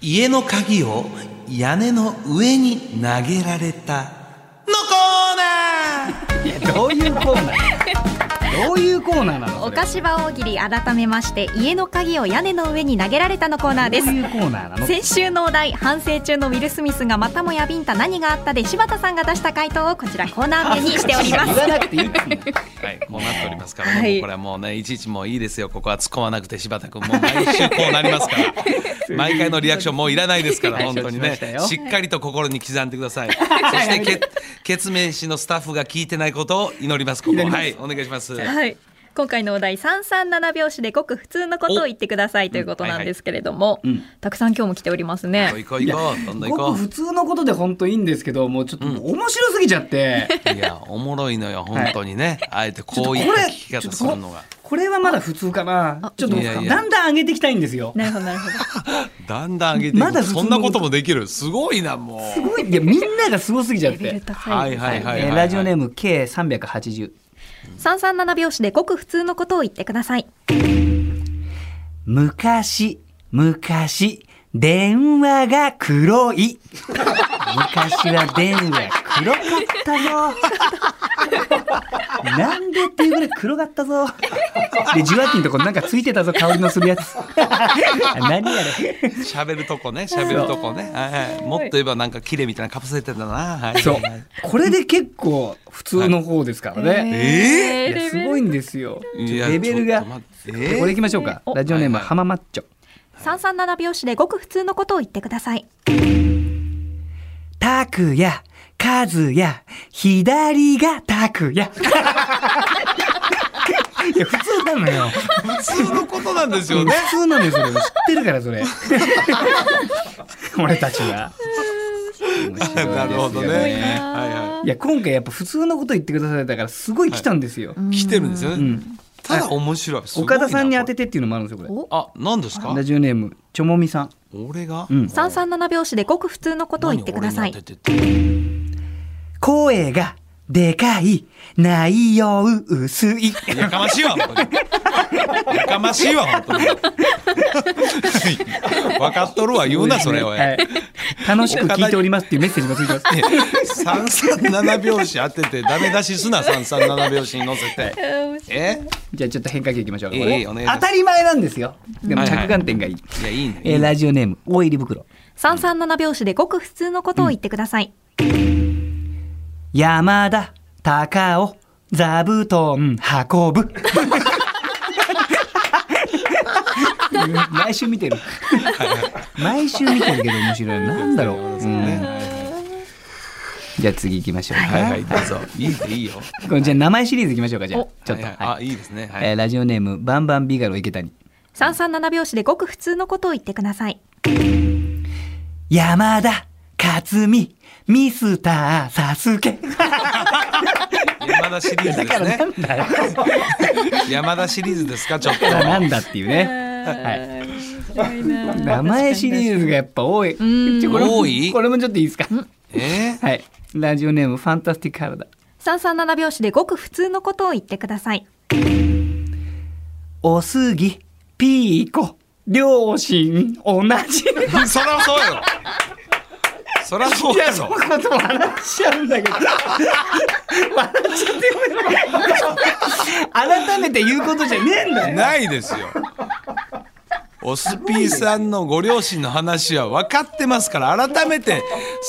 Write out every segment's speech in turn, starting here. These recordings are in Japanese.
家の鍵を屋根の上に投げられたのコーナーいやどういうコーナーどういうコーナーなのおそれ菓子場大喜利改めまして家の鍵を屋根の上に投げられたのコーナーですどういうコーナーなの先週のお題反省中のウィル・スミスがまたもやビンタ何があったで柴田さんが出した回答をこちらコーナー名にしておりま言すわなくていいっつうのはいこうなっておりますからね、 はいもうこれはもうねいちいちもういいですよここは突っ込まなくて柴田君もう毎週こうなりますから 毎回のリアクションもういらないですからはい本当に承ね知しましたよしっかりと心に刻んでく ださいそしてけ決命誌のスタッフが聞いてないことを祈りますここ 祈りますはいお願いしますはい今回のお題三三七拍子でごく普通のことを言ってくださいということなんですけれども、うんはいはたくさん今日も来ておりますね行こう行こう行こうどんどん行ごこく普通のことで本当いいんですけどもうちょっと面白すぎちゃって、 ういやおもろいのよ本当にね、あえてちょっとここういれった聞きちょ方っすとるこのがこれはまだ普通かなちょっといいですかだんだん上げていきたいんですよなるほどなるほどだんだん上げていく、まだ普通のそんなこともできるすごいなもうすごいいやみんながすごすぎちゃっレベルて、高いですはいはいはいえーラジオネーム K380 三三七拍子でごく普通のことを言ってください昔昔電話が黒い昔は電話黒かったぞ なんでっていうぐらい黒かったぞで受話器のとこなんかついてたぞ香りのするやつ 何やれ喋るとこね喋るとこね、はいはい、もっと言えばなんか綺麗みたいなのかぶせてたな、はい、そうこれで結構普通の方ですからね、えいやすごいんですよ。いやレベルちょっとが待。えってーこれいきましょうか。おラジオネームはいはい浜マッチョ。三三七拍子でごく普通のことを言ってくださいたくや、かずや、左がたくや。いや、普通なのよ。普通のことなんですよね普通なんですよ。それ知ってるから、それ。 俺たちが。面白いですよねなるほどねすごいはいなあいや、今回やっぱ普通のこと言ってくださいだから、すごい来たんですよ。はい来てるんですよね、うんただ面白いすごいな岡田さんに当てこてっていうのもあるんですよ、こおれあ何ですかれ。ラジオネーム、ちょもみさん。俺が、うん三三七拍子でごく普通のことを言ってください何俺に当ててって声がでかい、内容薄い。やかましいわ本当にやかましいわ本当 に分かっとるわ言うなそれを、はい楽しく聞いておりますっていうメッセージもついてます。 三三七拍子当ててダメ出しすな三三七拍子に乗せてえじゃあちょっと変化球いきましょう。ええこれお願いします当たり前なんですよ。でもはいはい着眼点がいい。いやいいねえーラジオネーム大入り袋。三三七拍子でごく普通のことを言ってください、山田高尾座布団運ぶ。毎週見てる。毎週見てるけど面白い。なんだろう。うんじゃあ次行きましょうか。はいはいどうぞいいよいいよこれじゃあ名前シリーズ行きましょうか。じゃあおちょっと。はいははいい、あいいですねはい、えーラジオネームバンバンビガロ池谷三三七拍子でごく普通のことを言ってください山田勝美ミスターサスケ山田シリーズでだかすらな ねんだよ山田シリーズですかちょっと なんだっていうねははいな名前シリーズがやっぱ多いんちょこれも多いこれもちょっといいですかえーはいラジオネームファンタスティックハルダ三三七拍子でごく普通のことを言ってくださいおすぎピーコ両親同じそりゃそうよそりゃそうやそぞこちょっと笑っちゃうんだけど笑っちゃってごめん改めて言うことじゃねえんだよないですよオスピーさんのご両親の話は分かってますから改めて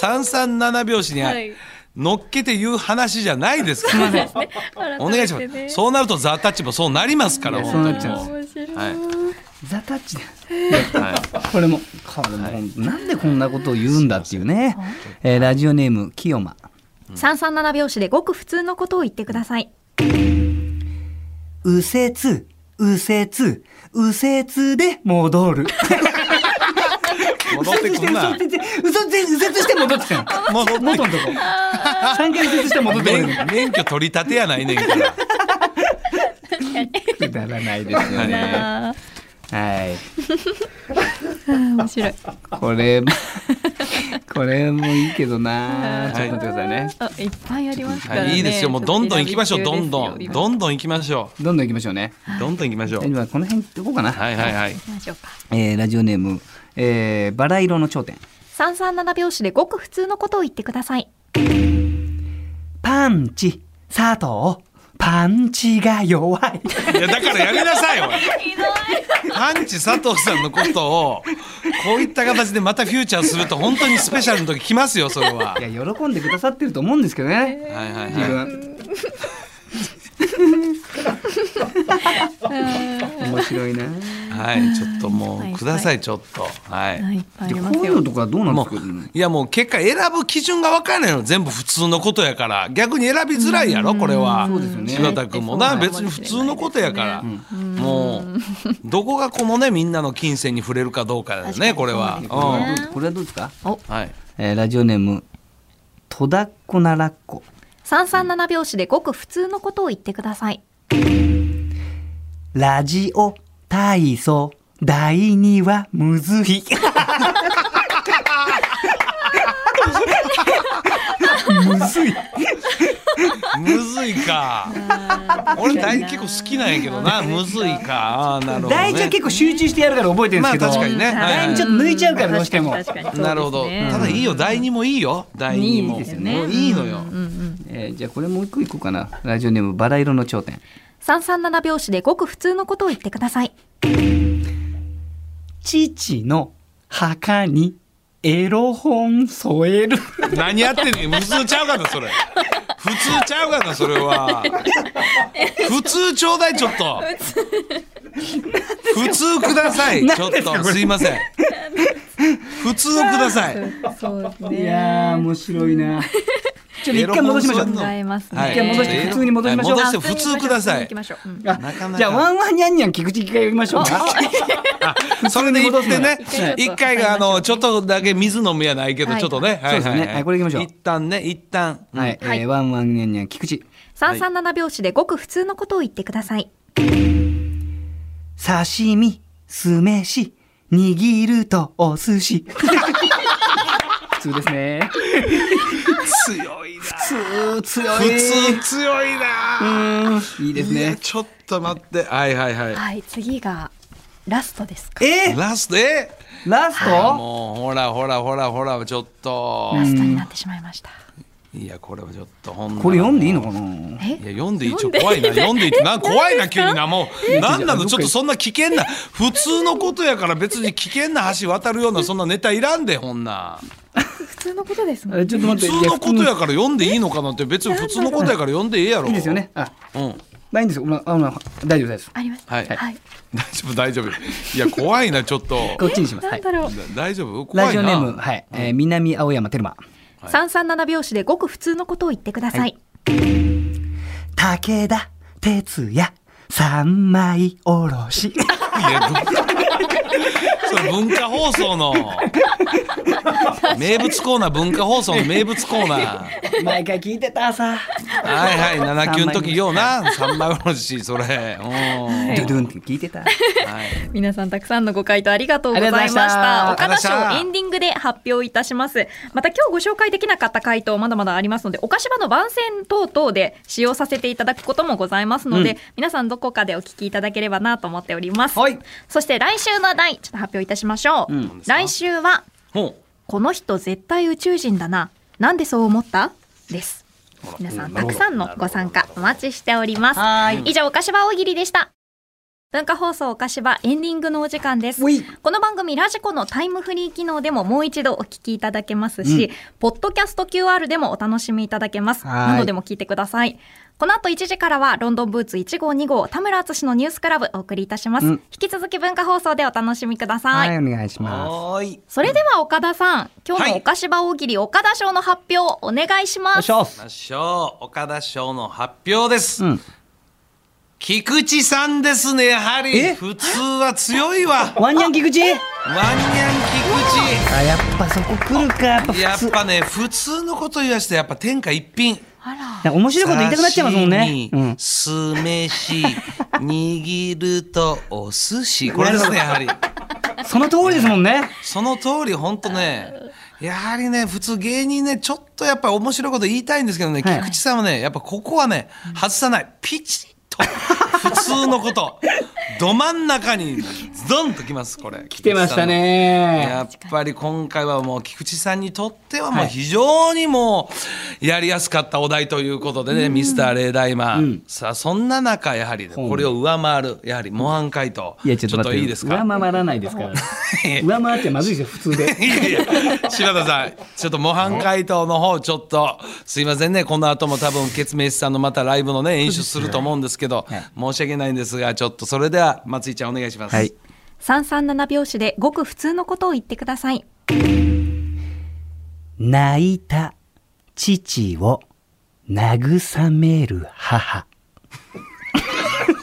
337拍子にはい乗っけて言う話じゃないですから、お願いします、そうなるとザ・タッチもそうなりますからいやそうなっちゃ本うんです当に面白いはい ザタッチだよはいこれも、これもなんでこんなことを言うんだっていうね。えーラジオネーム、キヨマ。三三七拍子でごく普通のことを言ってください右折、右折、右折で戻る。戻ってくん な右折して、右折して、右折して戻ってきたの。戻って元のとこ。三回右折して戻ってく免免許取り立てやないねんからる。くだらないですよね。あはい。ー面白いこ れ、これもいいけどな。ちょっと待ってくださいね。あいっぱいありますからはい、ねいいですよもうどんどん行きましょうどんどん行どんどん行きましょどんどん行きましょうね。うどんどん行きましょう今この辺行こうかな。はいはいはいきましょうかえーラジオネーム、えー、バラ色の頂点。三三七拍子でごく普通のことを言ってください。パンチ、佐藤、パンチが弱い。いやだからやめなさいよパンチ佐藤さんのことをこういった形でまたフューチャーすると本当にスペシャルの時来ますよそれは。はいいや、喜んでくださってると思うんですけどね。はい自は分。面白いな。い、はい、ちょっともはいはういくださいちょっとはい。はい、いっぱいあでりこまうすいうのよ。とかどうなんでもすうか、いやもう結果選ぶ基準が分からないの全部普通のことやから逆に選びづらいやろこれはそうですよね柴田君もなそうかも別しれにな普い通のことやからもうどこがこのねみんなの金銭に触れるかどうかだよねこれは。これはどううこれはどうですか、んはいえーラジオネーム、戸田っ子ならっこ。三三七拍子でごく普通のことを言ってください。ラジオ体操第2はむずい。むずい。むずいか。俺大結構好きなんやけどな。むずいか。あーなるほど、ね。第一は結構集中してやるから覚えてるんですけど。まあ確かにねはい第二ちょっと抜いちゃうからどうしても。なるほど。ただいいよ。第二もいいよ。第二も。いいですよねもういいのよ。えーじゃあこれもう一個いこうかな。ラジオネームバラ色の頂点。三三七拍子でごく普通のことを言ってください。父の墓にエロ本添える。何やってんねん。普通ちゃうがなそれ。普通ちゃうがなそれは。普通ちょうだいちょっと。普通ください。ちょっとすいません。普通をください。そうですいやー面白いな。 ちょっと一回戻しましょう。考えますね一回戻して普通に戻しましょう戻して普通ください行き。ましょう。うんあなかなかじゃあワンワンニャンニャン菊池一回呼びましょう か。 それで言って ね一回、ちょ一っと回があのちょっとだけ水飲みやないけどはいちょっとね、そうですねはいこれ行きましょう一旦ね、一旦、はい、えーはいワンワンニャンニャン菊池。三三七拍子でごく普通のことを言ってください。刺身、酢飯、握るとお 寿司。普通ですね。強いな。普通強い。普通強いな。通。いいですいやね。ちょっと待って、はいはいはい。はい、次がラストですか。えラストえラストもうほらほらほらほらちょっとラストになってしまいました。いやこれはちょっとほんならこれ読んでいいのかなもうえ、いや読んでいいちょ怖いな読んでいいってな怖いな急にな もうなんなのちょっとそんな危険な普通のことやから別に危険な橋渡るようなそんなネタいらんでほんな普通のことですもん。えちょっと普待って。通のこといやから読んでいいのかなって別に普通のことやから読んでいいやろいいですよね。あ、うんまあいいんですよ。まあ、あまあ大丈夫です。あります。はいはい。大丈夫大丈夫いや怖いなちょっとこっちにします。はなんい。だろだう。大丈夫怖いなラジオネーム、はい、えー南青山テルマ。三三七拍子でごく普通のことを言ってくださ。はい武田哲也、三枚おろし。いや文化 それ文化放送の名物コーナー文化放送の名物コーナー 毎回聞いてたさ。はいはい7級の時ような三枚おろしそれうんドゥはドゥンって聞いてた。い皆さんたくさんのご回答ありがとうございましたあおりがとうございま菓した子をエンディングで発表いたしますまた今日ご紹介できなかった回答まだまだありますのでお菓子場の番宣等々で使用させていただくこともございますので、皆さんどこかでお聞きいただければなと思っておりま す、はいそして来週の題ちょっと発表いたしましょう、ん来週はほこの人絶対宇宙人だななんでそう思ったです皆さんたくさんのご参加お待ちしておりますはい以上おかしば大喜利でした文化放送おかしばエンディングのお時間ですおいこの番組ラジコのタイムフリー機能でももう一度お聞きいただけますし、ポッドキャスト QR でもお楽しみいただけますはい何度でも聞いてくださいこの後1時からはロンドンブーツ1号2号田村敦のニュースクラブお送りいたします、うん引き続き文化放送でお楽しみください、はい、お願いしうます。はーいそれでは岡田さん、今日はのいお菓子場大喜利、岡田賞の発表お願いしおまっしす。ゃましょう岡田賞の発表です、うん菊池さんですねやはりえ普通は強いわワンニャン菊池ワンニャン菊池あ、やっぱそこ来るか。やっぱや普っ通。ぱね普通のこと言わしてやっぱ天下一品あ面白いこと言いたくなっちゃいますもんね刺。身酢飯 握るとお寿司これですねやはりうん。その通りですもんね。その通り本当ねやはりね普通芸人ねちょっとやっぱ面白いこと言いたいんですけどね、はい菊池さんはねやっぱここはね外さないピチッと普通のことど真ん中にドンときますこれ来てましたねやっぱり今回はもう菊池さんにとってはもう非常にもうやりやすかったお題ということでね、ミスターレーダイマー、さあそんな中やはりねこれを上回るやはり模範解答いやちょっと待っていいですか上回らないですから上回ってまずいですよ普通でいやいや柴田さんちょっと模範解答の方ちょっとすいませんねこの後も多分ケツメイシさんのまたライブのね演出すると思うんですけどはい申し訳ないんですがちょっとそれでは松井ちゃんお願いします。はい三三七拍子でごく普通のことを言ってください。泣いた父を慰める母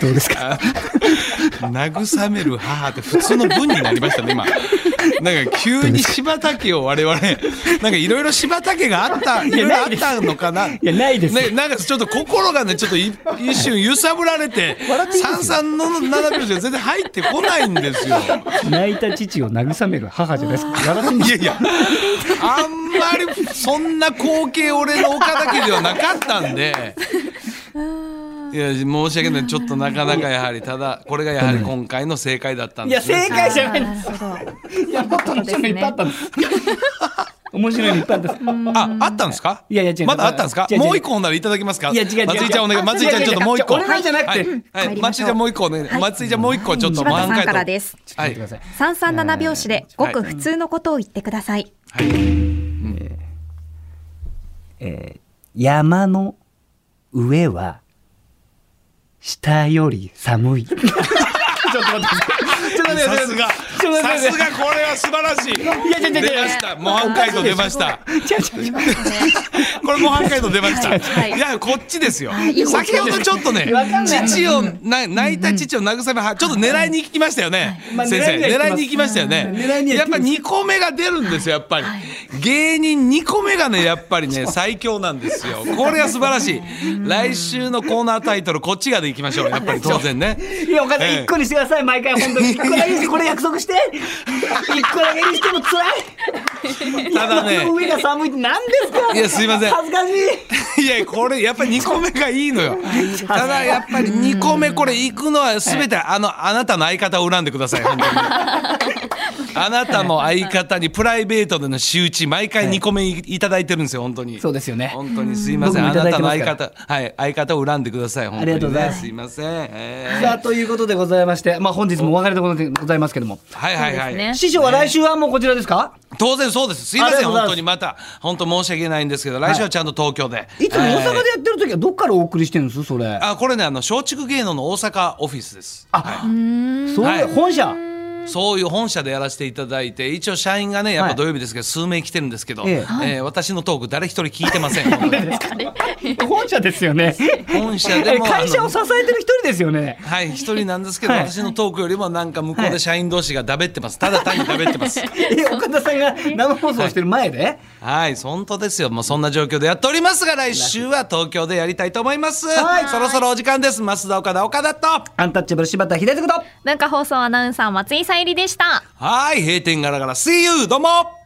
どうですか慰める母って普通の文になりましたね今なんか急に柴田家を我々 なんかいろいろ柴田家があったいろいろあったのかないやないですね、なんかちょっと心がねちょっとい一瞬揺さぶられて笑っていいですよ三三の七拍子が全然入ってこないんですよ泣いた父を慰める母じゃないですか笑ってんのいやいやあんまりそんな光景俺の岡田家ではなかったんでいや申し訳ないちょっとなかなかやはりただこれがやはり今回の正解だったんいでやすね 正解じゃないんであーなるほどすいやもっと面白いのいっぱいあったんです面白いのいっぱいあったんですあ、あったんですか。いやいや違うまだあったんですか違。う違うもう一個ほんならいただきますか。いや違う違う松井ちゃんお願い。あ松井ちゃん違うちょっともう一個。違う違う俺のじゃなくてはいはい帰りまし松井ちゃょうんもう一個お願い。はい松井ちゃんもう一個ちょっと柴田満さん開からと。です。はい。待ってください三三七拍子でごく普通のことを言ってください。はい。山の上は下より寒いちょっと待ってちょっと待ってさすが。ちょっと待さってすがこれは素晴らしい。いやいやいやいや出ました。模範解答出ました。 これ模範解答出ました。はいいやこっちですよい。先ほどちょっとねわかんない父をな泣いた父を慰めはちょっと狙いに行きましたよね。まあ先生狙狙いいにに行行ききまますしたよねうん狙いに。やっは行きぱます二個目が出るんですよやっぱり。芸人二個目がねやっぱりね最強なんですよ。これは素晴らしい。来週のコーナータイトルこっちがでいきましょうやっぱり当然ね。い や、お母さん、ええ一個にしてください、毎回、本当に。一個だけにして、これ約束して。一個だけにしても辛い。ただね山の上が寒いって何ですかいやすいません恥ずかしい。 いやこれやっぱり2個目がいいの よただやっぱり2個目これ行くのは全てあのあなたの相方を恨んでください本当 にあなたの相方にプライベートでの仕打ち毎回2個目いいただいてるんですよ本当にそうですよね本当にすいません僕もあいたなだいたての相ますから方はい相方を恨んでください本当に、ね、ありがとうございますすいません、えーさあ、ということでございまして、まあ、本日もお別れでございますけども。はいはいはい、そうですね師匠は来週はもうこちらですか当然そうですすいませんありがとうございます本当にまた本当申し訳ないんですけど来週はちゃんと東京で、いつも大阪でやってる時はどっからお送りしてるんですそれ。あこれねあの松竹芸能の大阪オフィスですあ、そう、はい本社。そういう本社でやらせていただいて、一応社員がね、やっはぱい土曜日ですけど、数名来てるんですけど、えええー私のトーク誰一人聞いてま せん。本当に本社ですよね。本社でえも。会社あをの支えてる一人ですよね。はい、一人なんですけど、はい私のトークよりもなんか向こうはでい社員同士がだべってます。ただ単にだべってます。え、岡田さんが生放送してる前で。 はい、本当ですよ。もうそんな状況でやっておりますが、来週は東京でやりたいと思います。はいそろそろお時間です。増田岡田岡田と。アンタッチャブル柴田秀嗣と。文化放送アナウンサー松井さゆりでした。はい、閉店ガラガラ。See you! どうも